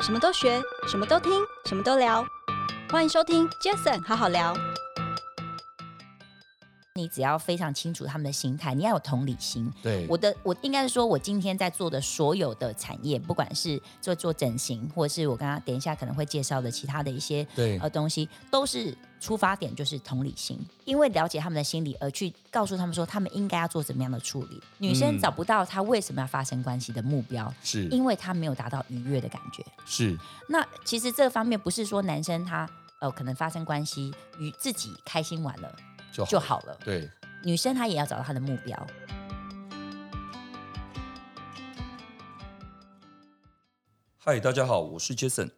什么都学，什么都听，什么都聊。欢迎收听 Jason 好好聊。你只要非常清楚他们的心态，你要有同理心。对，我的我应该是说，我今天在做的所有的产业，不管是做做整形，或者是我刚刚等一下可能会介绍的其他的一些对呃东西，都是出发点就是同理心，因为了解他们的心理而去告诉他们说他们应该要做怎么样的处理。女生嗯找不到她为什么要发生关系的目标，是因为她没有达到愉悦的感觉。是那其实这方面不是说男生他呃可能发生关系与自己开心完了就就好了，对，女生她也要找到她的目标。嗨，大家好，我是 Jason。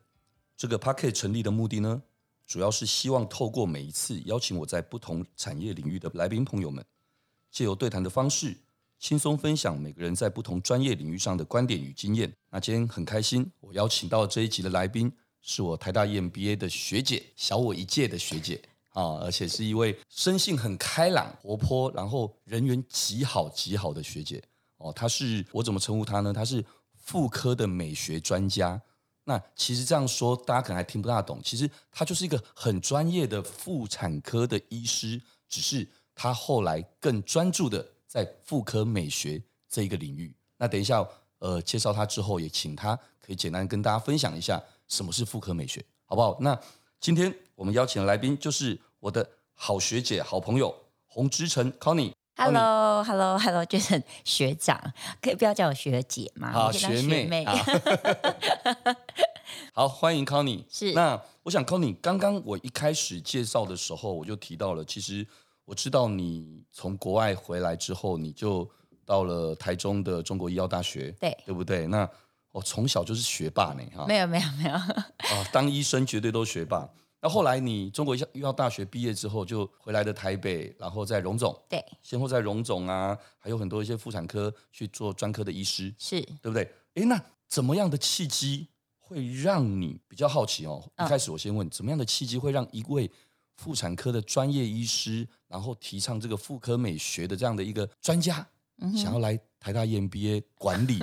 这个 Packet 成立的目的呢，主要是希望透过每一次邀请我在不同产业领域的来宾朋友们，借由对谈的方式，轻松分享每个人在不同专业领域上的观点与经验。那今天很开心，我邀请到这一集的来宾是我台大 E EMBA 的学姐，小我一届的学姐啊，而且是一位生性很开朗、活泼，然后人缘极好极好的学姐。哦，她是我怎么称呼她呢？她是妇科的美学专家。那其实这样说，大家可能还听不大懂。其实她就是一个很专业的妇产科的医师，只是她后来更专注的在妇科美学这一个领域。那等一下，呃，介绍她之后，也请她可以简单跟大家分享一下什么是妇科美学，好不好？那今天我们邀请的来宾就是我的好学姐、好朋友洪之晨 Connie。 h e l l o h e l l o h e l l o j a s o n 学长，可以不要叫我学姐吗？好我可以当学妹，妹啊好，欢迎 Connie。是那我想 Connie，刚刚我一开始介绍的时候，我就提到了，其实我知道你从国外回来之后，你就到了台中的中国医药大学，对对不对？那我、从小就是学霸呢，哈， 没有没有没有，啊，当医生绝对都学霸。那后来你中国医药医药大学毕业之后，就回来的台北，然后在荣总，对，先后在荣总啊，还有很多一些妇产科去做专科的医师，是对不对？诶，那怎么样的契机会让你比较好奇哦？嗯一开始我先问，怎么样的契机会让一位妇产科的专业医师，然后提倡这个妇科美学的这样的一个专家，嗯哼想要来台大 EMBA 管理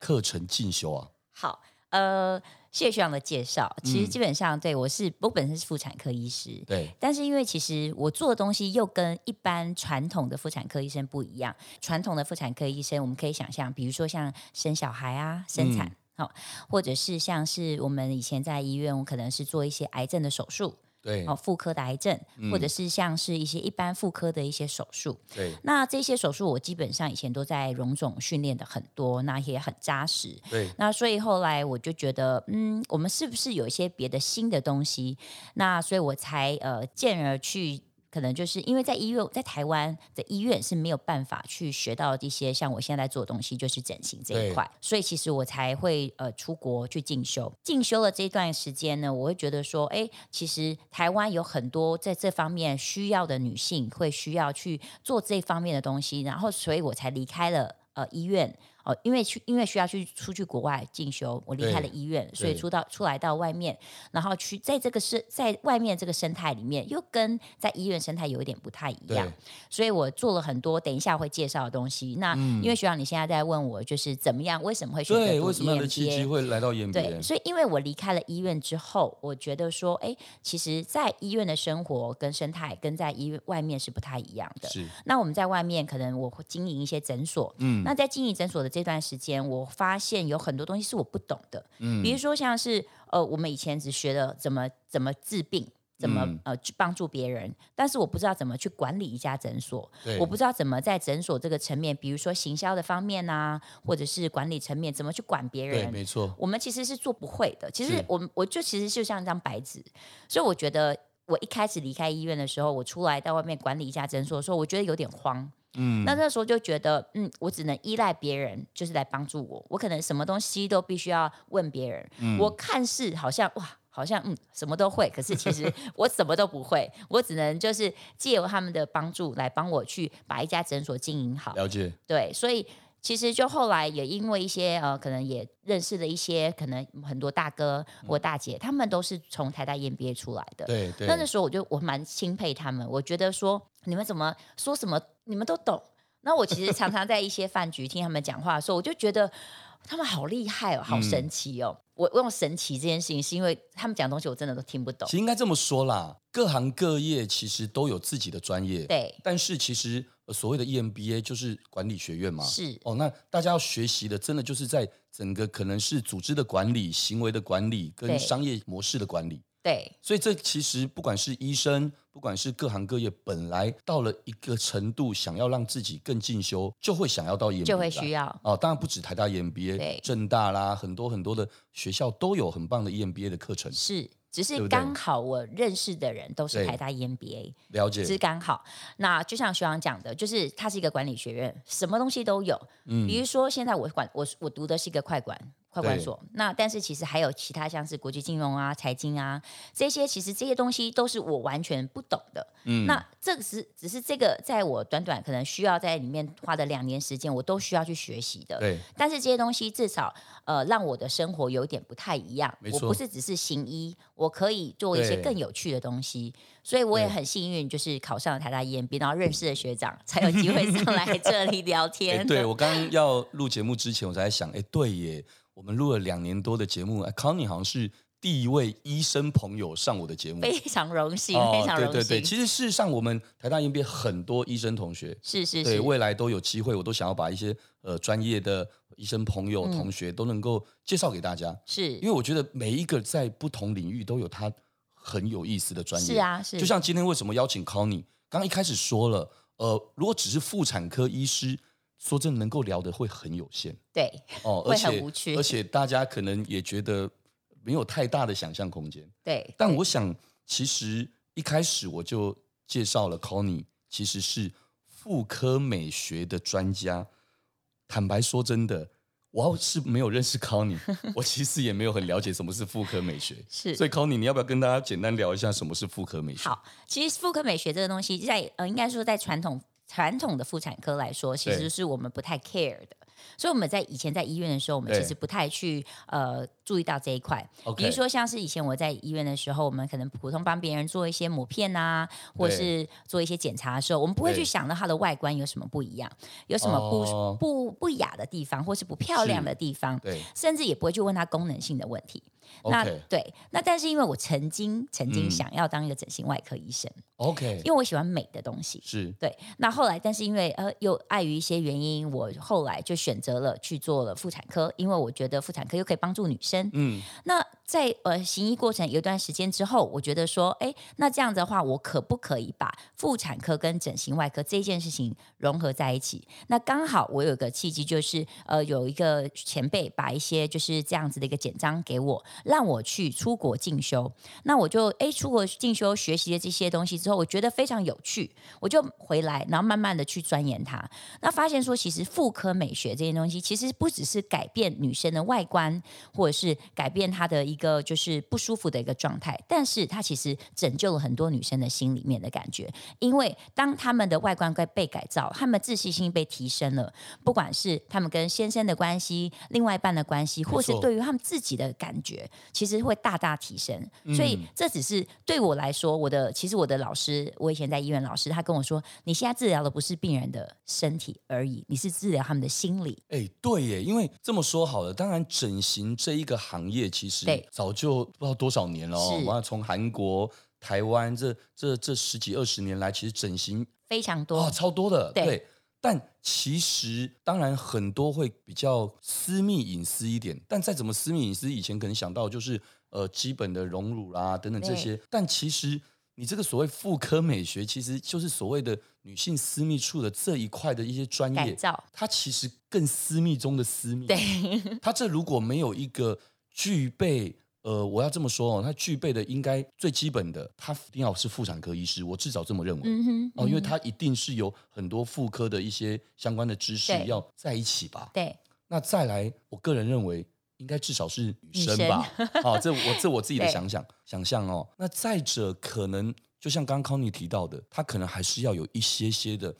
课程进 修啊？好，呃，谢谢学长的介绍。其实嗯基本上，对我是我本身是妇产科医师，对，但是因为其实我做的东西又跟一般传统的妇产科医生不一样。传统的妇产科医生，我们可以想象，比如说像生小孩啊、生产，好、或者是像是我们以前在医院，我可能是做一些癌症的手术，对，哦，妇科的癌症，或者嗯是像是一些一般妇科的一些手术。对，那这些手术，我基本上以前都在荣总训练的很多，那也很扎实。 对，那所以后来我就觉得，嗯，我们是不是有一些别的新的东西？那所以我才呃，进而去。可能就是因为在医院，在台湾的医院是没有办法去学到一些像我现在在做的东西，就是整形这一对块，所以其实我才会呃出国去进修。进修了这一段时间呢，我会觉得说，哎，其实台湾有很多在这方面需要的女性会需要去做这方面的东西，然后所以我才离开了呃医院，哦，因为去因为需要去出去国外进修，我离开了对医院，所以对出到出来到外面，然后去在这个是在外面这个生态里面，又跟在医院生态有一点不太一对样，，所以我做了很多等一下会介绍的东西。那、因为学长你现在在问我，就是怎么样，为什么会选择嗯对，读 E 为什么样的契 EMBA 机会来到 E 对， EMBA？所以因为我离开了医院之后，我觉得说，哎，其实，在医院的生活跟生态跟在医院外面是不太一样的。是，那我们在外面可能我会经营一些诊所，嗯那在经营诊所的这段时间，我发现有很多东西是我不懂的，嗯比如说像是呃，我们以前只学了怎么怎么治病。怎么嗯呃去帮助别人？但是我不知道怎么去管理一家诊所，对我不知道怎么在诊所这个层面，比如说行销的方面啊，或者是管理层面，怎么去管别对，人？没错，我们其实是做不会的。其实是我们我就其实就像一张白纸，所以我觉得我一开始离开医院的时候，我出来到外面管理一家诊所的时候，我觉得有点慌。嗯那那时候就觉得，嗯，我只能依赖别人，就是来帮助我。我可能什么东西都必须要问别人。嗯我看似好像哇。好像嗯什么都会，可是其 实我什么都不会，我只能就是借由他们的帮助来帮我去把一家诊所经营好。了解，对，所以其实就后来也因为一些呃，可能也认识了一些可能很多大哥或大姐，他们都是从台大 EMBA 出来的。嗯对对，那那时候我就我蛮钦佩他们，我觉得说你们怎么说什么你们都懂。那我其实常常在一些饭局听他们讲话的时候，我就觉得他们好厉害哦，好嗯神奇哦！我我用神奇这件事情，是因为他们讲的东西我真的都听不懂其。实应该这么说啦，各行各业其实都有自己的专业，对，但是其实、呃所谓的 EMBA 就是管理学院嘛，是哦，那大家要学习的，真的就是在整个可能是组织的管理、行为的管理对跟商业模式的管理。对，所以这其实不管是医生，不管是各行各业，本来到了一个程度，想要让自己更进修，就会想要到 EMBA，就会需要。要。哦，当然不止台大对 EMBA，正大啦，很多很多的学校都有很棒的 E EMBA 的课程。是，只对是不对刚好我认识的人都是对台大 EMBA，了只是解，刚好。那就像学长讲的，就是它是一个管理学院，什么东西都有。嗯比如说现在我管我我读的是一个快管。快管对所，那但是其实还有其他像是国际金融啊、财经啊这些，其实这些东西都是我完全不懂的。嗯那这个是只是这个，在我短短可能需要在里面花的两年时间，我都需要去学习的。对，但是这些东西至少呃，让我的生活有一点不太一样。没我错不是只是行医，我可以做一些对更有趣的东西。所以我也对很幸运，就是考上了台大 EMB，然后认识了学长，才有机会上来这 里聊哎、天。对我刚刚要录节目之前，我才在想，哎、对耶，我们录了两年多的节目，哎，Connie 好像是第一位医生朋友上我的节目，非常荣幸，非常哦对荣对对，幸。其实事实上，我们台大研毕很多医生同学，是是对是，未来都有机会，我都想要把一些呃专业的医生朋友、嗯同学都能够介绍给大家，因是为我觉得每一个在不同领域都有他很有意思的专业，是啊，是就像今天为什么邀请 Connie，刚刚一开始说了，呃，如果只是妇产科医师，说真的能够聊的会很有限对哦， 会而很且无趣而且大家可能也觉得没有太大的想象空间。对，但我想，其实一开始我就介绍了 Connie，其实是妇科美学的专家。坦白说，真的，我要是没有认 识 Connie，我其实也没有很了解什么是妇科美学。是所以 Connie，你要不要跟大家简单聊一下什么是妇科美学？好，其实妇科美学这个东西在，呃，应该说在传统传统的妇产科来说，其实对是我们不太 care 的。所以我们在以前在医院的时候，我们其对实不太去呃注意到这一块。 OK，比如说像是以前我在医院的时候，我们可能普通帮别人做一些抹片啊，或是做一些检查的时候，我们不会去对想到它的外观有什么不一样，有什么不、哦不不雅的地方，或是不漂亮是的地方。对甚至也不会去问他功能性的问题。那，OK 对，那但是因为我曾经曾经嗯想要当一个整形外科医生， OK，因为我喜欢美的东西。是对，那后来，但是因为呃，又碍于一些原因，我后来就选择了去做了妇产科，因为我觉得妇产科又可以帮助女生。嗯，那在呃行医过程有一段时间之后，我觉得说，哎，那这样的话，我可不可以把妇产科跟整形外科这件事情融合在一起？那刚好我有个契机，就是呃有一个前辈把一些就是这样子的一个简章给我，让我去出国进修。那我就哎出国进修学习了这些东西之后，我觉得非常有趣，我就回来，然后慢慢的去钻研它。那发现说，其实妇科美学这些东西，其实不只是改变女生的外观，或者是改变她的一个就是不舒服的一个状态，但是它其实拯救了很多女生的心里面的感觉。因为当她们的外观被被改造，她们自信心被提升了，不管是她们跟先生的关系、另外一半的关系，或是没错对于她们自己的感觉，其实会大大提升。所嗯以这只是对我来说，我的其实我的老师，我以前在医院老师，他跟我说，你现在治疗的不是病人的身体而已，你是治疗他们的心理。哎、对耶，因为这么说好了，当然整形这一个行业其实对早就不知道多少年了哦是。我要从韩国、台湾这这这十几二十年来，其实整形非常多，哇、哦超多的，对但其实当然很多会比较私密隐私一点，但再怎么私密隐私，以前可能想到就是呃基本的荣辱啦等等这对些，但其实你这个所谓妇科美学，其实就是所谓的女性私密处的这一块的一些专改业。造，它其实更私密中的私密。对，它这如果没有一个具备，呃，我要这么说哦，它具备的应该最基本的，它一定要是妇产科医师，我至少这么认为。嗯哼，哦，因为嗯哼它一定是有很多妇科的一些相关的知识对要在一起吧。对那再来，我个人认为应该至少是女生女生吧。 好、这我这我自己的对想想想象哦。那再者，可能就像刚刚 Connie 提到的，她可能还是要有一些些的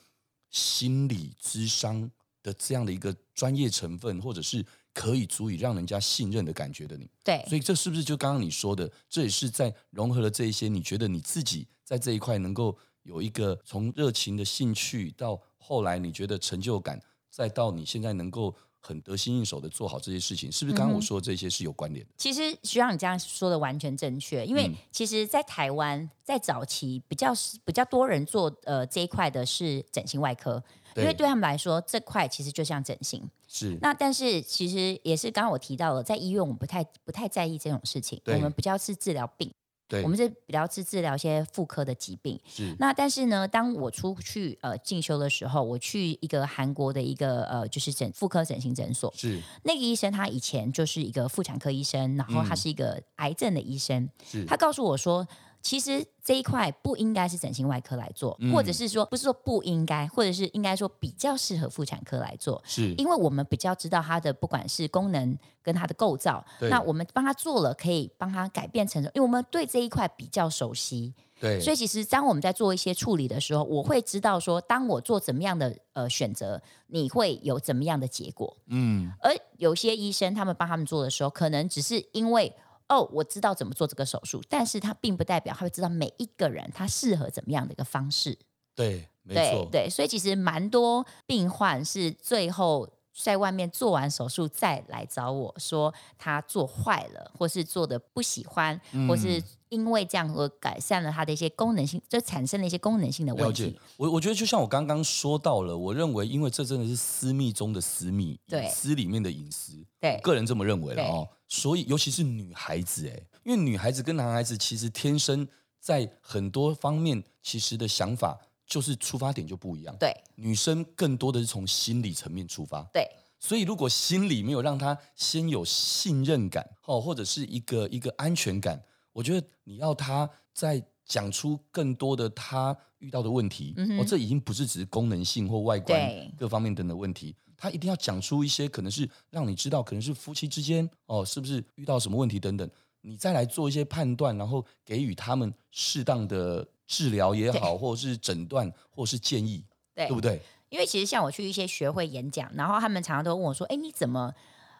心理智商的这样的一个专业成分，或者是可以足以让人家信任的感觉的你。对，所以这是不是就刚刚你说的，这也是在融合了这一些？你觉得你自己在这一块能够有一个从热情的兴趣到后来你觉得成就感，再到你现在能够很得心应手的做好这些事情，是不是？刚刚我嗯说的这些是有关联的。其实徐让你这样说的完全正确，因为嗯其实，在台湾在早期比较比较多人做呃这一块的是整形外科，因为对他们来说这块其实就像整形。是那但是其实也是刚刚我提到了，在医院我们不太不太在意这种事情，对我们比较是治疗病，对我们是比较是治疗一些妇科的疾病。是那但是呢，当我出去呃进修的时候，我去一个韩国的一个呃就是整妇科整形诊所，是那个医生他以前就是一个妇产科医生，然后他嗯是一个癌症的医生，是，他告诉我说。其实这一块不应该是整形外科来做，嗯或者是说不是说不应该，或者是应该说比较适合妇产科来做。是因为我们比较知道它的不管是功能跟它的构造，对那我们帮它做了，可以帮它改变成，因为我们对这一块比较熟悉，对，所以其实当我们在做一些处理的时候，我会知道说，当我做怎么样的呃选择，你会有怎么样的结果。嗯，而有些医生他们帮他们做的时候，可能只是因为。哦，我知道怎么做这个手术，但是他并不代表他会知道每一个人他适合怎么样的一个方式。对，没对错，对，所以其实蛮多病患是最后在外面做完手术再来找我说他做坏了，或是做的不喜欢，或嗯是因为这样而改善了他的一些功能性，就产生了一些功能性的了问解题。。我我觉得就像我刚刚说到了，我认为因为这真的是私密中的私密，对隐私里面的隐私，对个人这么认为了哦。所以尤其是女孩子，哎，因为女孩子跟男孩子其实天生在很多方面其实的想法就是出发点就不一样。对女生更多的是从心理层面出发，对所以如果心里没有让她先有信任感，哦，或者是一个一个安全感，我觉得你要她在讲出更多的她遇到的问题，嗯哼哦，这已经不是只是功能性或外观对各方面等等问题，她一定要讲出一些可能是让你知道，可能是夫妻之间哦，是不是遇到什么问题等等，你再来做一些判断，然后给予他们适当的治疗也好，或者是诊断，或者是建议，对对不对？因为其实像我去一些学会演讲，然后他们常常都问我说：“哎，你怎么？”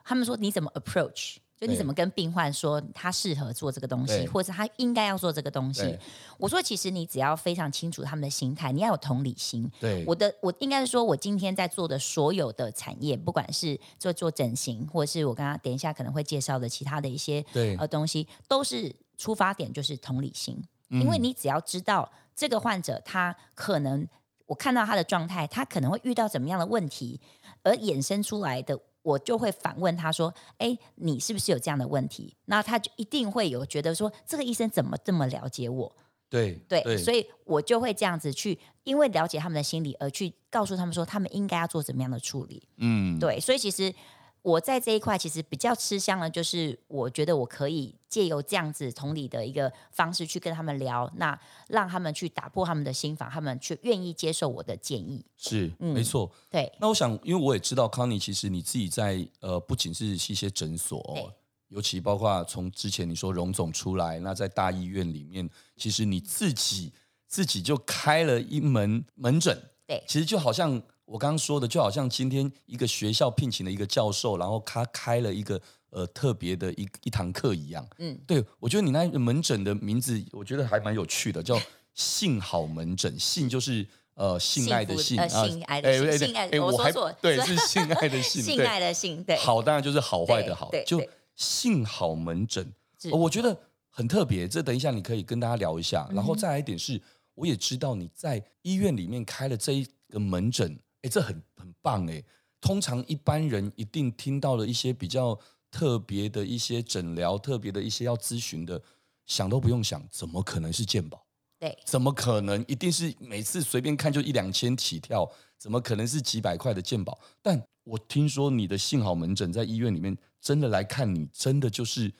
他们说：“你怎么 approach？” 就你对怎么跟病患说他适合做这个东西，对或者他应该要做这个东西对？我说，其实你只要非常清楚他们的心态，你要有同理心，对，我的我应该是说，我今天在做的所有的产业，不管是做做整形，或是我刚刚等一下可能会介绍的其他的一些对呃东西，都是出发点就是同理心，嗯因为你只要知道这个患者他可能我看到他的状态，他可能会遇到怎么样的问题，而衍生出来的。我就会反问他说：“哎，你是不是有这样的问题？”那他就一定会有觉得说，这个医生怎么这么了解我？对对，对所以我就会这样子去，因为了解他们的心理而去告诉他们说，他们应该要做怎么样的处理。嗯，对，所以其实我在这一块其实比较吃香的，就是我觉得我可以借由这样子同理的一个方式去跟他们聊，那让他们去打破他们的心房，他们去愿意接受我的建议。是、嗯没错。对，那我想，因为我也知道康妮，其实你自己在呃，不仅是一些诊所、对哦，尤其包括从之前你说荣总出来，那在大医院里面，其实你自己自己就开了一门门诊。对其实就好像我刚刚说的，就好像今天一个学校聘请了一个教授，然后他开了一个呃特别的一一堂课一样。嗯，对，我觉得你那门诊的名字，我觉得还蛮有趣的，叫“幸好门诊”。幸就是呃性爱的幸福呃性啊，性爱的性哎哎性爱哎我我说还错对是是性爱 的性，性对爱的性，对，好当然就是好坏对的好对，就对幸好门诊，是哦我觉得很特别。这等一下你可以跟大家聊一下，然后再来一点是，我也知道你在医院里面开了这一个门诊，哎，这很很棒哎。通常一般人一定听到了一些比较特别的一些诊疗，特别的一些要咨询的，想都不用想，怎么可能是健保？对怎么可能？一定是每次随便看就一两千起跳，怎么可能是几百块的鉴宝？但我听说你的幸好门诊在医院里面真的来看你，真的就是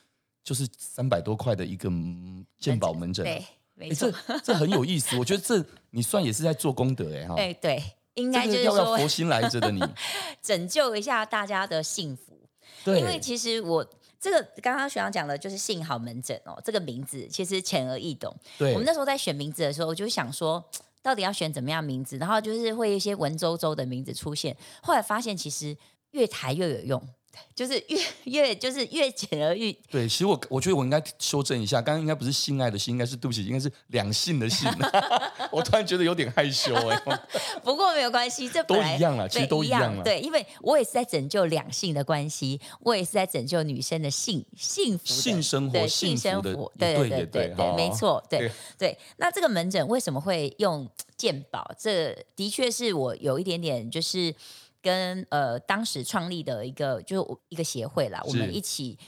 就是三百多块的一个嗯鉴宝门诊啊。对，没诶错，这这很有意思，我觉得这你算也是在做功德哎、哈。对对，应该这就个是要要说佛心来着的你，拯救一下大家的幸福。对， 因为其实我这个刚刚学长讲的就是幸好门诊哦，这个名字其实浅而易懂。对我们那时候在选名字的时候，我就想说。到底要选怎么样名字？然后就是会有一些文绉绉的名字出现。后来发现，其实越抬越有用。 就是越越就是越简而易对，其实我我觉得我应该修正一下，刚刚应该不是性爱的性，应该是对不起，应该是两性的 性。我突然觉得有点害羞哎、不过没有关系，这都本来一样啊啦其对实都一一样啦对，因为我也是在拯救两性的关系，我也是在拯救女生的性幸福的性生活对幸性生福的活，也对对也对对对好没错，对对对。那这个门诊为什么会用鉴宝？这的确是我有一点点就是。跟呃，当时创立的一个就是我一个协会啦，我是们一起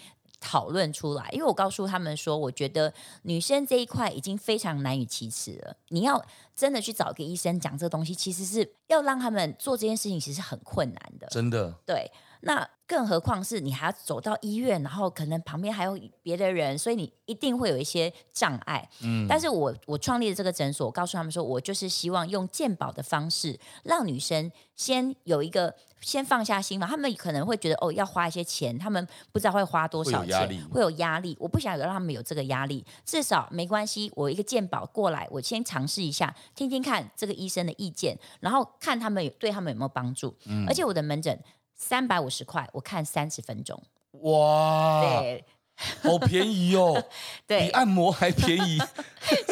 讨论出来。因为我告诉他们说，我觉得女生这一块已经非常难以启齿了。你要真的去找一个医生讲这个东西，其实是要让他们做这件事情，其实很困难的。真的对，那更何况是你还要走到医院，然后可能旁边还有别的人，所以你一定会有一些障碍。嗯，但是我我创立的这个诊所，我告诉他们说，我就是希望用健保的方式，让女生先有一个先放下心嘛。他们可能会觉得哦，要花一些钱，他们不知道会花多少会有压钱，力会有压力。我不想有让他们有这个压力，至少没关系，我一个健保过来，我先尝试一下，听听看这个医生的意见，然后看他们有对他们有没有帮助。嗯而且我的门诊三百五十块，我看三十分钟。哇，对好便宜哦， 比 对，按摩还便宜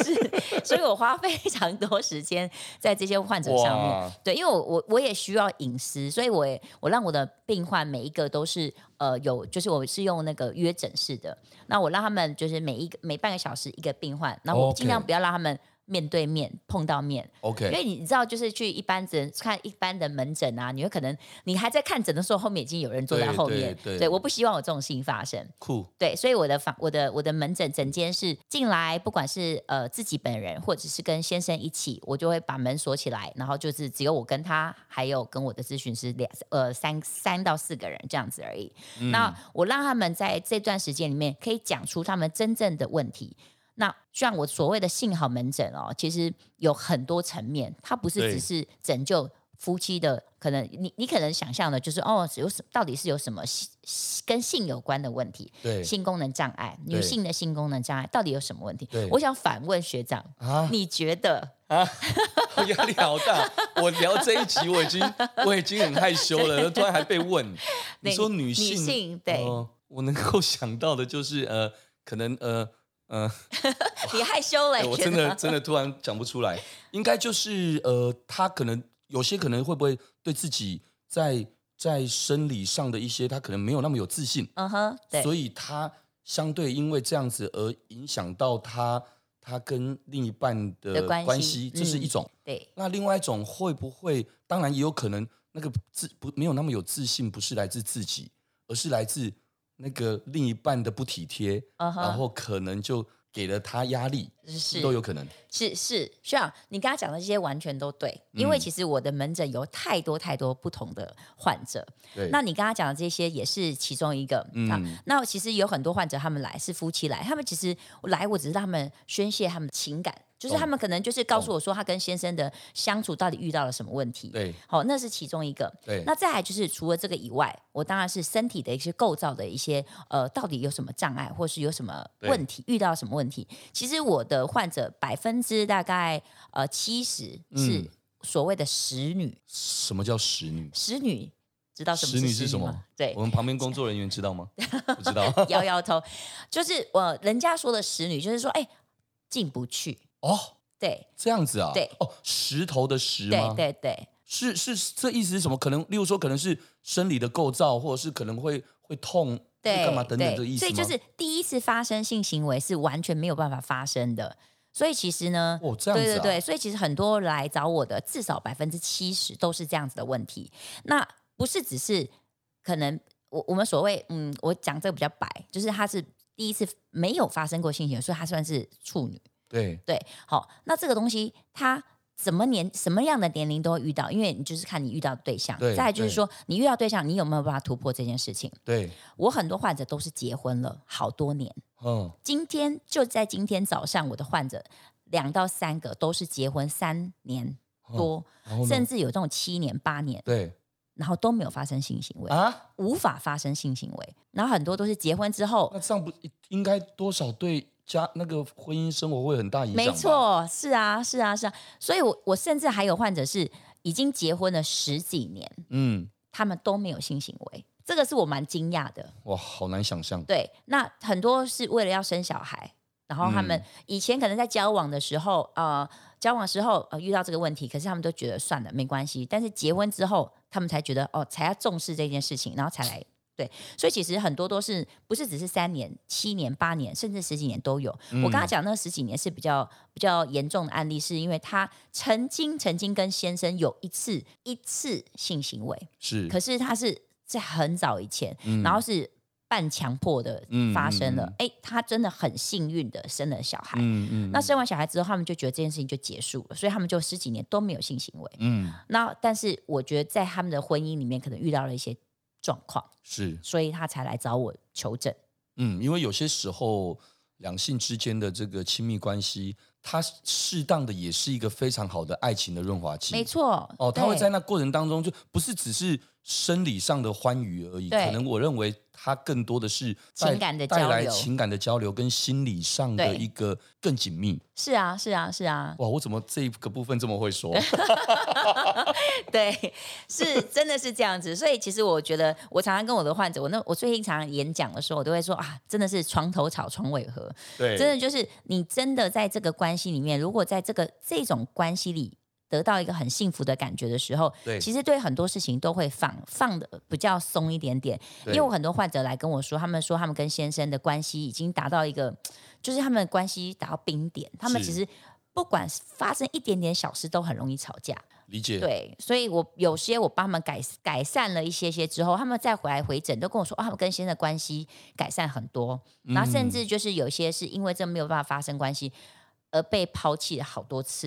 是，所以我花非常多时间 在这些患者上面。哇！ 对，因为我我我也需要隐私，所以我也我让我的病患每一个都是呃有，就是我是用那个约诊式的，那我让他们就是每一个每半个小时一个病患，那我 OK 尽量不要让他们面对面碰到面，因 OK，为你知道就是去一般诊看一般的门诊啊，你会可能你还在看诊的时候，后面已经有人坐在对后对面，对我不希望有这种事情发生。酷，对，所以我的房、我的我的门诊诊间是进来，不管是呃自己本人或者是跟先生一起，我就会把门锁起来，然后就是只有我跟他，还有跟我的咨询师两呃三三到四个人这样子而已。那我让他们在这段时间里面可以讲出他们真正的问题。那像我所谓的幸好门诊哦，其实有很多层面，它不是对只是拯救夫妻的，可能你你可能想象的就是哦，有什到底是有什么性跟性有关的问题，对性功能障碍，对女性的性功能障碍到底有什么问题对？我想反问学 长，啊，你觉得？压力好大。我聊这一集，我已经我已经很害羞了，突然还被问。你对说女性，女性对呃我能够想到的就是呃，可能呃呃、你害羞了哎，我学真长的真的突然讲不出来，应该就是呃，她可能有些可能会不会对自己在在生理上的一些，她可能没有那么有自信， 嗯哼，对，所以她相对因为这样子而影响到她她跟另一半的的关系关系，这是一嗯种。对，那另外一种会不会？当然也有可能，那个自不没有那么有自信，不是来自自己，而是来自那个另一半的不体贴嗯哼然后可能就给了他压力，是都有可能。是是，学长，你刚刚讲的这些完全都对，因为嗯其实我的门诊有太多太多不同的患者，对，那你刚刚讲的这些也是其中一个。嗯嗯、那其实有很多患者他们来是夫妻来，他们其实来我只是让他们宣泄他们的情感，就是懂他们可能就是告诉我说他跟先生的相处到底遇到了什么问题。对好，那是其中一个。对那再来就是除了这个以外，我当然是身体的一些构造的一些呃，到底有什么障碍，或是有什么对问题，遇到什么问题？其实我的患者百分之大概呃七十是嗯所谓的使女，什么叫使女？使女知道什么使女是是什吗么？对我，们旁边工作人员知道吗？不知道摇摇头，就是我、呃人家说的使女，就是说哎进不去，哦，对这样子啊，对哦，石头的石对吗？对对是是这意思是什么？可能，例如说，可能是生理的构造，或者是可能会会痛，对，会干嘛等等对这意思所吗？以就是第一次发生性行为是完全没有办法发生的，所以其实呢。哦，这样对对子啊，对，所以其实很多来找我的，至少百分之七十都是这样子的问题。那不是只是可能我我们所谓嗯，我讲这个比较白，就是她是第一次没有发生过性行为，所以她算是处女。对对，好，那这个东西它怎么年什么样的年龄都会遇到，因为你就是看你遇到的对象。对再来就是对说，你遇到对象，你有没有办法突破这件事情？对，我很多患者都是结婚了好多年，嗯，今天就在今天早上，我的患者两到三个都是结婚三年多，嗯然后呢甚至有这种七年八年，对然后都没有发生性行为，啊，无法发生性行为。然后很多都是结婚之后那，这样不应该多少对家那个婚姻生活会很大影响？没，错，是啊，是啊，是啊。所以我我甚至还有患者是已经结婚了十几年。嗯，他们都没有性行为，这个是我蛮惊讶的。哇，好难想象。对，那很多是为了要生小孩，然后他们嗯以前可能在交往的时候，呃，交往时候呃遇到这个问题，可是他们都觉得算了，没关系。但是结婚之后，他们才觉得哦，才要重视这件事情，然后才来。对，所以其实很多都是不是只是三年、七年、八年，甚至十几年都有。我刚才讲那十几年是比较比较严重的案例，是因为她曾经曾经跟先生有一次一次性行为，是，可是他是在很早以前，嗯然后是半强迫的嗯发生了嗯。哎、他真的很幸运的生了小孩。嗯嗯那生完小孩之后，他们就觉得这件事情就结束了，所以他们就十几年都没有性行为。嗯那但是我觉得在他们的婚姻里面，可能遇到了一些状况，是，所以他才来找我求证。嗯，因为有些时候两性之间的这个亲密关系，它适当的也是一个非常好的爱情的润滑剂。没。错，哦，他会对在那过程当中，就不是只是生理上的欢愉而已，对可能我认为它更多的是带情感的带交来流情感的交流跟心理上的对一个更紧密。是啊，是啊，是啊， 哇，我怎么这个部分这么会说？对，是真的是这样子。所以其实我觉得，我常常跟我的患者，我那我最近常常演讲的时候，我都会说啊，真的是床头吵，床尾和。对，真的就是你真的在这个关系里面，如果在这个这种关系里得到一个很幸福的感觉的时候，对其实对很多事情都会放放的比较松一点点。因对为我很多患者来跟我说，他们说他们跟先生的关系已经达到一个，就是他们的关系达到冰点，他们是其实。不管发生一点点小事，都很容易吵架。理解。对，所以我有些我帮他们改改善了一些些之后，他们再回来回诊，都跟我说，哦，他们跟先生的关系改善很多，然后嗯甚至就是有一些是因为这没有办法发生关系而被抛弃了好多次，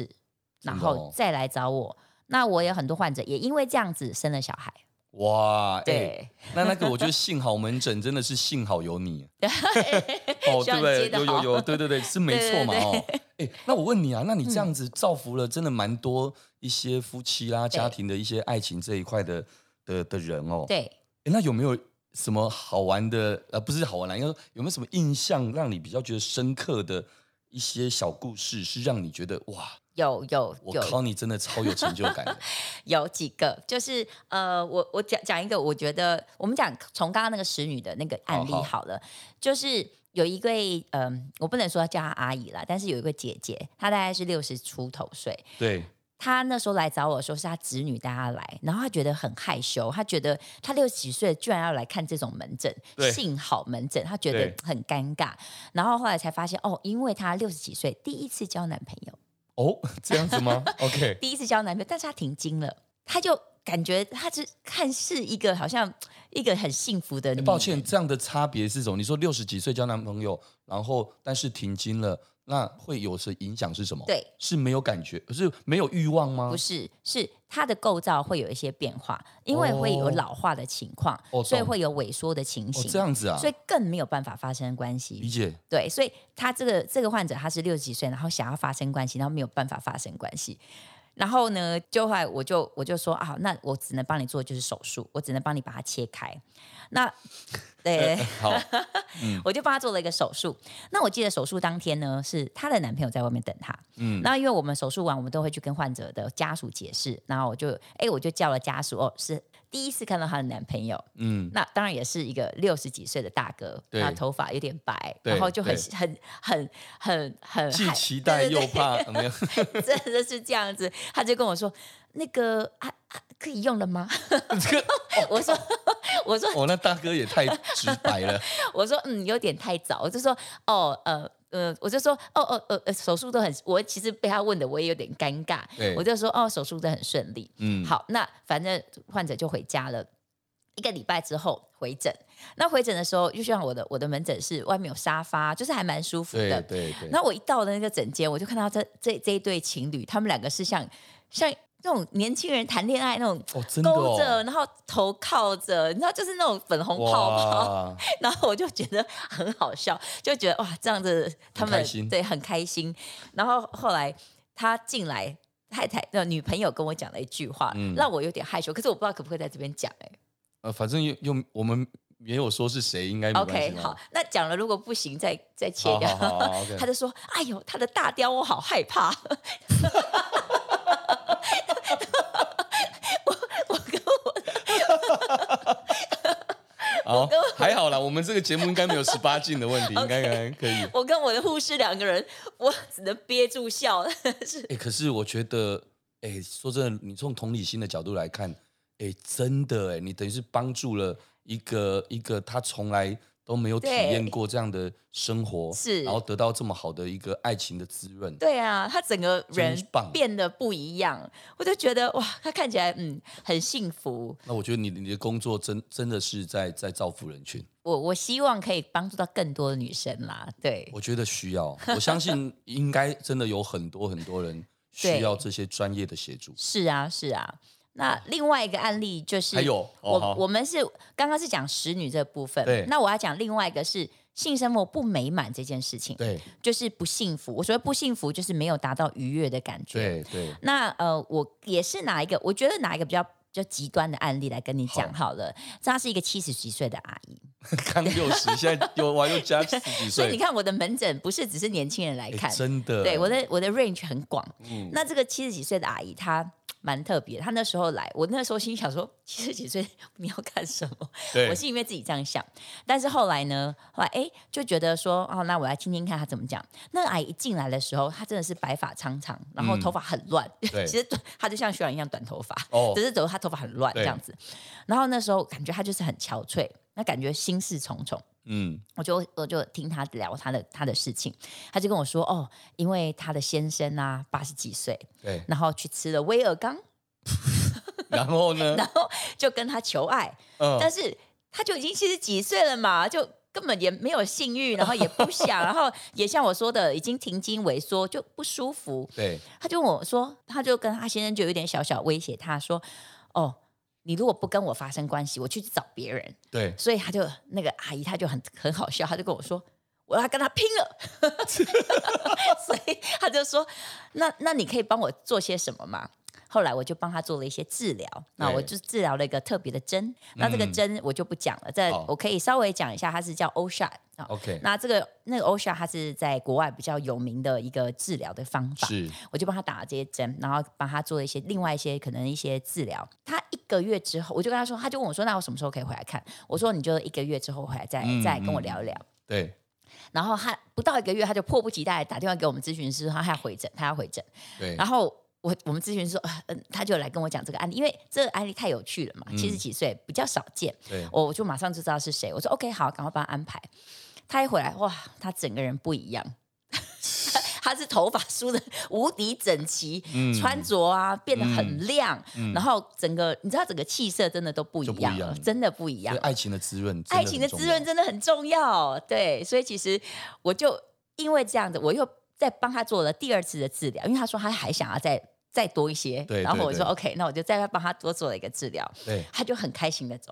然真的后哦再来找我。那我有很多患者也因为这样子生了小孩，哇，哎、对，那那个，我觉得幸好门诊真的是幸好 有你，希望哦，对不接对？得有好有有，对对对，是没错嘛，对对嗯哦，哎、那我问你啊，那你这样子造福了真的蛮多一些夫妻啦、对家庭的一些爱情这一块的的的人哦，对。哎，那有没有什么好玩的？呃，不是好玩啦，应该说有没有什么印象让你比较觉得深刻的一些小故事，是让你觉得哇，有有我有靠，你真的超有成就感的， 有几个，就是呃，我我讲讲一个，我觉得我们讲从刚刚那个使女的那个案例哦好好好了，就是有一位嗯、我不能说叫她阿姨啦，但是有一个姐姐，她大概是六十出头岁，对，她那时候来找我说是她侄女带她来，然后她觉得很害羞，她觉得她六十几岁居然要来看这种门诊对，幸好门诊，她觉得对很尴尬，然后后来才发现哦，因为她六十几岁第一次交男朋友。哦，这样子吗？OK，第一次交男朋友，但是她停经了，她就感觉她是看似一个好像一个很幸福的女欸人。抱歉，这样的差别是什么？你说六十几岁交男朋友，然后但是停经了，那会有什影响是什么？，对，是没有感觉，是没有欲望吗不？是，是她的构造会有一些变化，因为会有哦老化的情况，哦所以懂会有萎缩的情哦形，，这样子啊所，以更没有办法发生关理系。解对，所以她这个这个患者，她是六十几岁，然后想要发生关系，然后没有办法发生关系。然后呢，就后来我就我就说啊，那我只能帮你做就是手术，我只能帮你把它切开。那对， 好，我就帮她做了一个手术。那我记得手术当天呢，是她的男朋友在外面等她。嗯嗯，那因为我们手术完，我们都会去跟患者的家属解释。然后我就，哎，我就叫了家属，哦，是第一次看到她的男朋友。嗯，那当然也是一个六十几岁的大哥，对他头发有点白，对然后就很对很很很很既害期待对对又怕，呃没有， 对真的是这样子。他就跟我说：“那个啊啊，可以用了吗？” 这个我哦说：“我说哦，那大哥也太直白 了，我说嗯，有点太早，我就说哦呃呃，我就说哦哦呃呃，手术都很，我其实被他问的我也有点尴尬对，我就说哦，手术都很顺利。嗯，，好，那反正患者就回家了。一个礼拜之后回诊，那回诊的时候，就像我的我的门诊室外面有沙发，就是还蛮舒服对的。对对，然后我一到了那个诊间，我就看到这这这一对情侣，他们两个是像像那种年轻人谈恋爱那种哦，真的勾着，哦，然后头靠着，你知道，就是那种粉红泡泡。哇，然后我就觉得很好笑，就觉得哇，这样子他很们开心对很开心。然后后来他进来，太太的女朋友跟我讲了一句话，嗯让我有点害羞，可是我不知道可不可以在这边讲哎、呃，反正又又我们也有说是谁，应该没关系 OK，吧好，，那讲了如果不行再再切好掉。好好好 ，OK，他就说：“哎呦，他的大雕我好害怕。 我”我跟我好，还好啦，我们这个节目应该没有十八禁 的问题，应该应该可以。我跟我的护士两个人，我只能憋住笑了。 哎、可是我觉得，哎、说真的，你从同理心的角度来看，哎、真的、哎，你等于是帮助了一个一个他从来都没有体对验过这样的生活，是然后得到这么好的一个爱情的滋润。对啊，他整个人真棒变得不一样，我就觉得哇，他看起来嗯很幸福。那我觉得你你的工作真真的是在在造福人群，我我希望可以帮助到更多的女生啦。对，我觉得需要，我相信应该真的有很多很多人需对要这些专业的协助。是啊，是啊。那另外一个案例就是，还有哦我、好我们是刚刚是讲使女这部分对，那我要讲另外一个是性生活不美满这件事情，对就是不幸福。我所谓不幸福，就是没有达到愉悦的感觉。对对，那呃，我也是哪一个？我觉得哪一个比较比较极端的案例来跟你讲好了。她是一个七十几岁的阿姨，刚六 十，现在又哇又加十几所以你岁，看我的门诊不是只是年轻人来哎看，真的，对我的我的 range 很广。嗯那这个七十几岁的阿姨她。蛮特别，她那时候来，我那时候心想说， 七十几岁你要干什么？对我心里面自己这样想。但是后来呢，后来哎就觉得说，哦，那我来听听看她怎么讲。那个阿姨一进来的时候，她真的是白发苍苍，然后嗯头发很乱， 对其实短她就像徐朗一样短头发，哦只是走她头发很乱对这样子。然后那时候感觉她就是很憔悴，那感觉心事重重。嗯，我就我就听他聊他的他的事情，他就跟我说哦，因为他的先生啊八十几岁，对，然后去吃了威尔刚， 然后呢？然后就跟他求爱，嗯，但是他就已经七十几岁了嘛，就根本也没有性欲，然后也不想，然后也像我说的已经停经萎缩，就不舒服。对，他就问我说，他就跟他先生就有点小小威胁他说，哦，你如果不跟我发生关系，我去找别人。对，所以他就那个阿姨，她就很很好笑，她就跟我说：“我要跟他拼了。” 所以他就说：“那那你可以帮我做些什么吗？”后来我就帮他做了一些治疗，那我就治疗了一个特别的针，那这个针我就不讲了，这好我可以稍微讲一下，它是叫 OSHA 啊。 OK，那这个那个 OSHA 它是在国外比较有名的一个治疗的方法，是我就帮他打了这些针，然后帮他做一些另外一些可能一些治疗。他一个月之后，我就跟他说，他就问我说：“那我什么时候可以回来看？”我说：“你就一个月之后回来再、嗯再跟我聊一聊。对，”然后他不到一个月，他就迫不及待地打电话给我们咨询师，说他要回诊，他要回诊。对然，后我我们咨询师说，呃嗯、他就来跟我讲这个案例，因为这个案例太有趣了嘛，七嗯十几岁比较少见。对，我我就马上就知道是谁。我说 OK，好，赶快帮他安排。他一回来，哇，他整个人不一样。 他是头发梳的无敌整齐，嗯穿着啊变得很亮，然后整个你知道整个气色真的都不一就不样一了，样真的不一所样以。爱情的滋润，爱情的滋润，真的很重要，对，所以其实我就因为这样子，我又再帮他做了第二次的治疗，因为他说他还想要再再多一些，对然后对我说对 OK，那我就再帮他多做了一个治疗，对，他就很开心的走。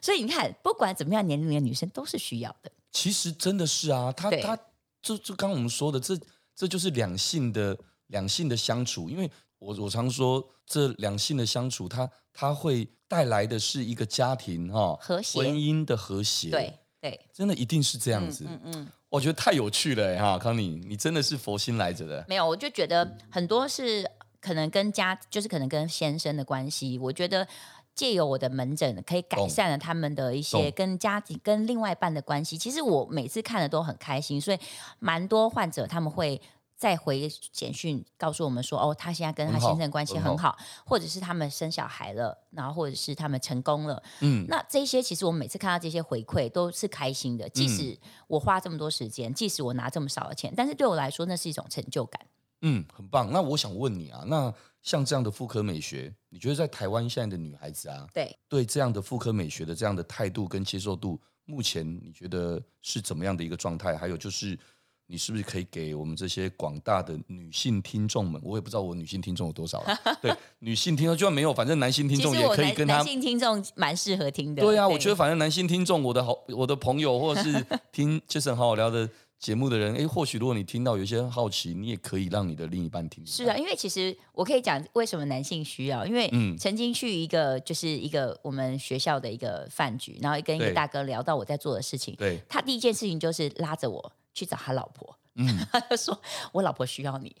所以你看，不管怎么样年龄的女生都是需要的，其实真的是啊，他对他就就刚我们说的，这这就是两性的两性的相处，因为我我常说这两性的相处，它它会带来的是一个家庭哈、哦、和谐婚姻的和谐，对，对，真的一定是这样子。嗯嗯，我觉得太有趣了哎哈，康妮，你真的是佛心来着的，没有，我就觉得很多是可能跟家，就是可能跟先生的关系，我觉得。借由我的门诊，可以改懂善了他们的一些懂跟家庭、跟另外一半的关系。其实我每次看的都很开心，所以蛮多患者他们会再回简讯告诉我们说，哦，他现在跟他很先好生的关系很很好，或者是他们生小孩了，然后或者是他们成功了，嗯，那这些其实我每次看到这些回馈都是开心的，嗯即使我花这么多时间，即使我拿这么少的钱，但是对我来说那是一种成就感。嗯，很棒。那我想问你啊，那像这样的妇科美学，你觉得在台湾现在的女孩子啊，对，对这样的妇科美学的这样的态度跟接受度，目前你觉得是怎么样的一个状态？还有就是，你是不是可以给我们这些广大的女性听众们？我也不知道我女性听众有多少 了。对，女性听众就算没有，反正男性听其众实也我可以男跟他男。性听众蛮适合听的。对啊，我觉得反正男性听众，我的好，我的朋友或者是听 Jason 好好聊的节目的人，诶，或许如果你听到有一些好奇，你也可以让你的另一半听听是看啊，因为其实我可以讲为什么男性需要，因为嗯曾经去一个就是一个我们学校的一个饭局，然后跟一个对大哥聊到我在做的事情，对，他第一件事情就是拉着我去找他老婆，嗯， 哦他就说我老婆需要你。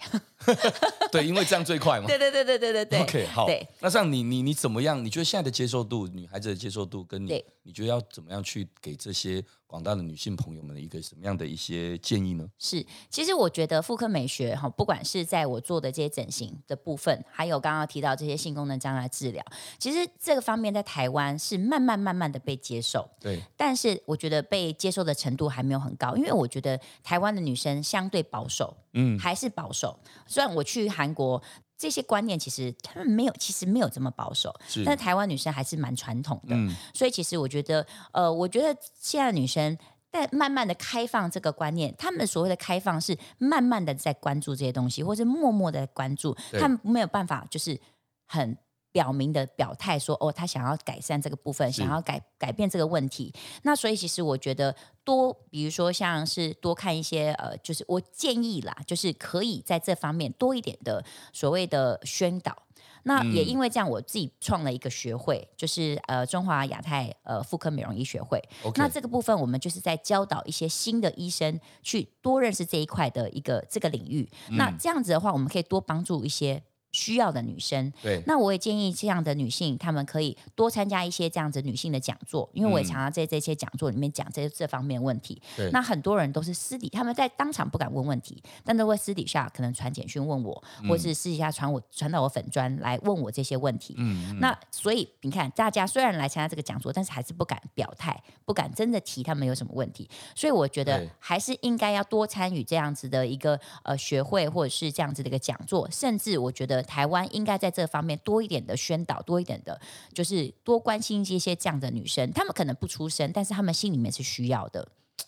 对，因为这样最快 嘛。对对对对对对对 OK，好对。那这样你你你怎么样？你觉得现在的接受度，女孩子的接受度，跟你对你觉得要怎么样去给这些广大的女性朋友们一个什么样的一些建议呢？是，其实我觉得妇科美学哈，不管是在我做的这些整形的部分，还有刚刚提到这些性功能障碍治疗，其实这个方面在台湾是慢慢慢慢的被接受，对，但是我觉得被接受的程度还没有很高，因为我觉得台湾的女生相对保守，嗯，还是保守。虽然我去韩国，这些观念其实他们没有，其实没有这么保守，是，但台湾女生还是蛮传统的。嗯，所以其实我觉得，呃，我觉得现在的女生在慢慢的开放这个观念，她们所谓的开放是慢慢的在关注这些东西，或是默默的关注，对她们没有办法就是很。表明的表态说哦，她想要改善这个部分，是想要改改变这个问题。那所以其实我觉得多，比如说像是多看一些呃，就是我建议啦，就是可以在这方面多一点的所谓的宣导。那也嗯因为这样，我自己创了一个学会，就是呃中华亚太呃妇科美容医学会。 OK 那这个部分，我们就是在教导一些新的医生去多认识这一块的一个这个领域。那嗯这样子的话，我们可以多帮助一些需要的女生。对，那我也建议这样的女性，她们可以多参加一些这样子女性的讲座，因为我也嗯常常在这些讲座里面讲这这方面问题对。那很多人都是私底，他们在当场不敢问问题，但都会私底下可能传简讯问我，嗯或是私底下传我传到我粉砖来问我这些问题。嗯，那所以你看，大家虽然来参加这个讲座，但是还是不敢表态，不敢真的提他们有什么问题。所以我觉得对还是应该要多参与这样子的一个呃学会，或者是这样子的一个讲座，甚至我觉得台湾应该在这方面多一点的宣导，多一点的，就是多关心这些这样的女生。她们可能不出声，但是她们心里面是需要的。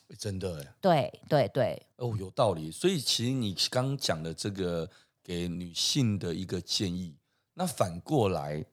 嗯真的耶，对对对，哦，有道理。所以其实你刚讲的这个给女性的一个建议，那反过来，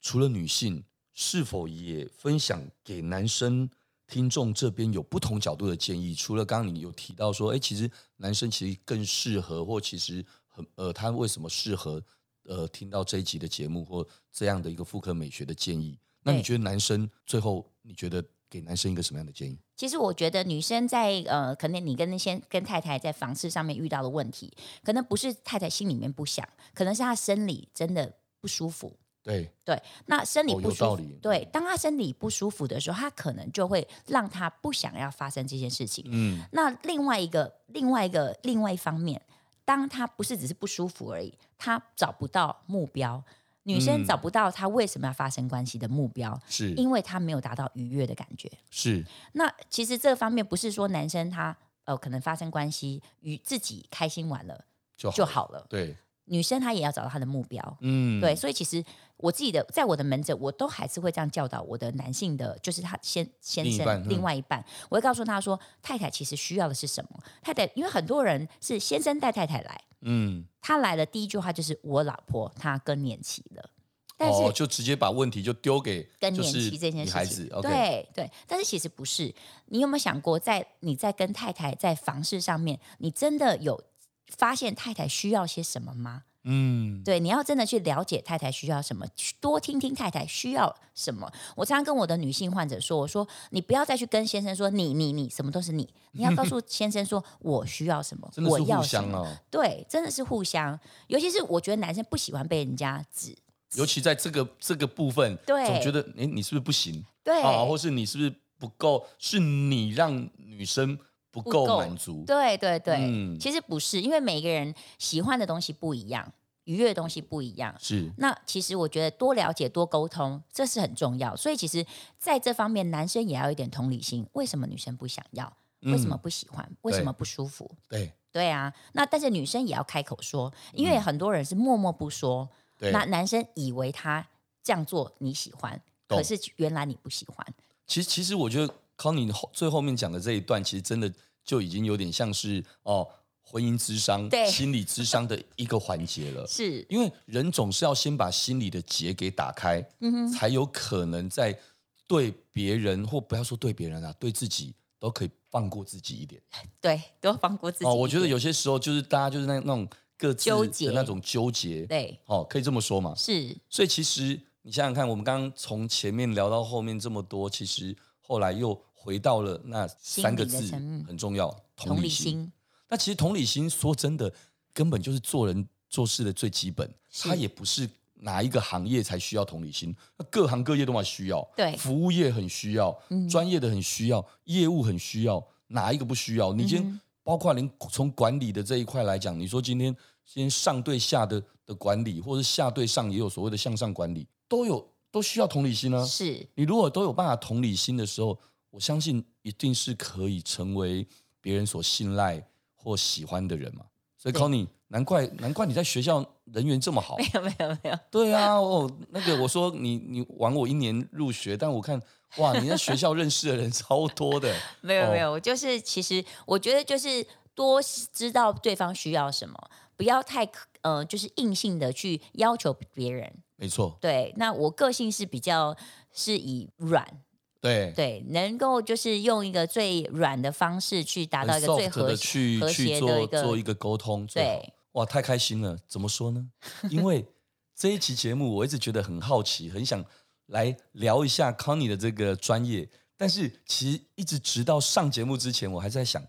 除了女性，是否也分享给男生听众这边有不同角度的建议？除了刚刚你有提到说，哎，其实男生其实更适合，或其实很呃，他为什么适合呃听到这一集的节目或这样的一个妇科美学的建议？那你对觉得男生最后你觉得给男生一个什么样的建议？其实我觉得女生在呃，可能你跟那些跟太太在房事上面遇到的问题，可能不是太太心里面不想，可能是她生理真的不舒服。对，对，那生理哦不有舒道服，理对，当她生理不舒服的时候，她可能就会让她不想要发生这件事情。嗯，那另外一个，另外一个，另外一方面，当她不是只是不舒服而已，她找不到目标，女生嗯找不到她为什么要发生关系的目标，是因为她没有达到愉悦的感觉。是，那其实这方面不是说男生他呃可能发生关系与自己开心完了就好就好了，对，女生她也要找到她的目标。嗯，对，，所以其实我自己的，在我的门诊，我都还是会这样教导我的男性的，就是他先先另一生半嗯另外一半，我会告诉他说，太太其实需要的是什么？太太，因为很多人是先生带太太来，嗯，他来了第一句话就是我老婆她更年期了，但是、哦，就直接把问题就丢给更就年期是这件女事孩情，子，OK，对对，但是其实不是。你有没有想过，在你在跟太太在房事上面，你真的有发现太太需要些什么吗？嗯，对，你要真的去了解太太需要什么，去多听听太太需要什么。我常常跟我的女性患者说，我说你不要再去跟先生说你你你什么都是你，你要告 诉先生说我需要什么真，的我是要互什相么。哦，对，真的是互相，尤其是我觉得男生不喜欢被人家指，尤其在这个这个部分，对总觉得哎，诶你是不是不行对，啊？或是你是不是不够？是你让女生不不够够满足，对对对，嗯其实不是，因为每个人喜欢的东西不一样，愉悦的东西不一样。是那其实我觉得多了解、多沟通，这是很重要。所以其实在这方面，男生也要有一点同理心。为什么女生不想要？为什么嗯不喜欢？为什么不舒服？对对啊，那但是女生也要开口说，因为很多人是默默不说。嗯对那男生以为他这样做你喜欢，懂可是原来你不喜欢。其实，其实我觉得康妮后最后面讲的这一段，其实真的就已经有点像是哦，婚姻之商、对心理之商的一个环节 了。是，因为人总是要先把心里的结给打开，嗯才有可能在对别人或不要说对别人啊，对自己都可以放过自己一点。对，多放过自己一点。哦，我觉得有些时候就是大家就是那那种各自纠结的那种纠结，对，哦，可以这么说嘛。是所以其实你想想看，我们刚刚从前面聊到后面这么多，其实后来又回到了那三个心理的字层面很重要，同理理心。那其实同理心，说真的，根本就是做人做事的最基本。是它也不是哪一个行业才需要同理心，那各行各业都嘛需要。对服务业很需要，嗯专业的很需要，业务很需要，哪一个不需要？你嗯今天包括连从管理的这一块来讲，你说今天今天上对下的的管理，或者下对上也有所谓的向上管理，都有都需要同理心啊。是 你如果都有办法同理心的时候，我相信一定是可以成为别人所信赖或喜欢的人嘛。所以对 Conny，难怪难怪你在学校人缘这么好没。有没有没有，对啊，哦，那个我说你你晚我一年入学，但我看哇，你在学校认识的人超多的。没有哦没有，我就是其实我觉得就是多知道对方需要什么，不要太苛呃，就是硬性的去要求别人。没错，对，那我个性是比较是以软，对，对，能够就是用一个最软的方式去达很到一个最 soft 和的去谐和去谐的做一个做一个沟通。最好对，哇，太开心了！怎么说呢？因 为这一期节目，我一直觉得很好奇，很想来聊一下康妮的这个专业。但是其实一直直到上节目之前，我还在想，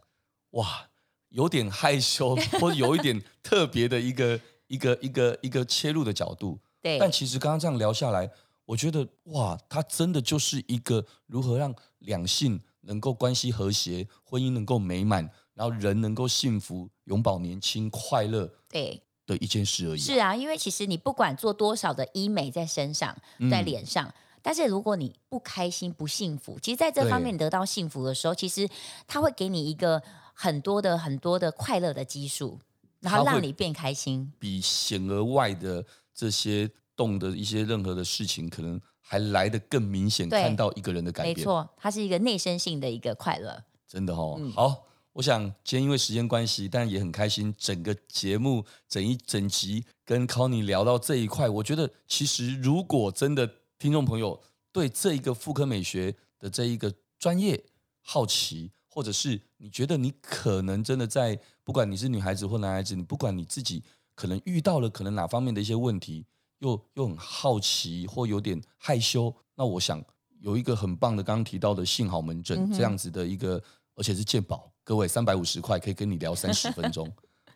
哇，有点害羞，或者有一点特别的一个一个一个一个切入的角度。对但其实刚刚这样聊下来，我觉得哇，它真的就是一个如何让两性能够关系和谐，婚姻能够美满，然后人能够幸福、永葆年轻、快乐对，的一件事而已、是，啊，因为其实你不管做多少的医美在身上，在嗯脸上。但是如果你不开心、不幸福，其实在这方对面你得到幸福的时候，其实它会给你一个很多的、很多的快乐的基数，然后它会让你变开心。比显而外的这些动的一些任何的事情，可能还来得更明显，对看到一个人的改没变。错，它是一个内生性的一个快乐。真的哦。嗯好，我想今天因为时间关系，但也很开心，整个节目整一整集跟 Conny 聊到这一块，我觉得其实如果真的听众朋友对这一个妇科美学的这一个专业好奇。或者是你觉得你可能真的在，不管你是女孩子或男孩子，你不管你自己可能遇到了可能哪方面的一些问题，又又很好奇或有点害羞，那我想有一个很棒的，刚刚提到的幸好门诊、嗯哼这样子的一个，而且是健保，各位三百五十块可以跟你聊三十分 钟，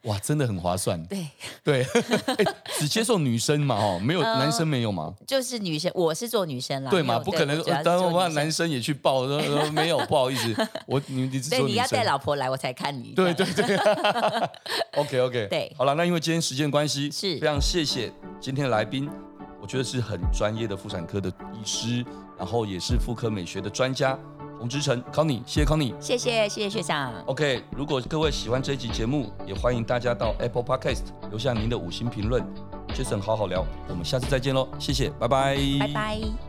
哇，真的很划算。对，对， 哎只接受女生嘛，哦，没有、呃男生没有吗？就是女生，我是做女生啦，对没嘛，有不可能我呃主要，是当做然女我生男生也去 报，说说没有，不好意思，我你你只对，说你女要带生。老婆来我才看你。对这对样对，OK OK，对好了，那因为今天时间关系，是非常谢谢今天的来宾，我觉得是很专业的妇产科的医师，然后也是妇科美学的专家洪之成 Conny，谢谢 Conny。 谢谢谢谢学长， OK，如果各位喜欢这一集节目，也欢迎大家到 Apple Podcast 留下您的五星评论。Jason 好好聊，我们下次再见喽，谢谢，拜拜，拜拜。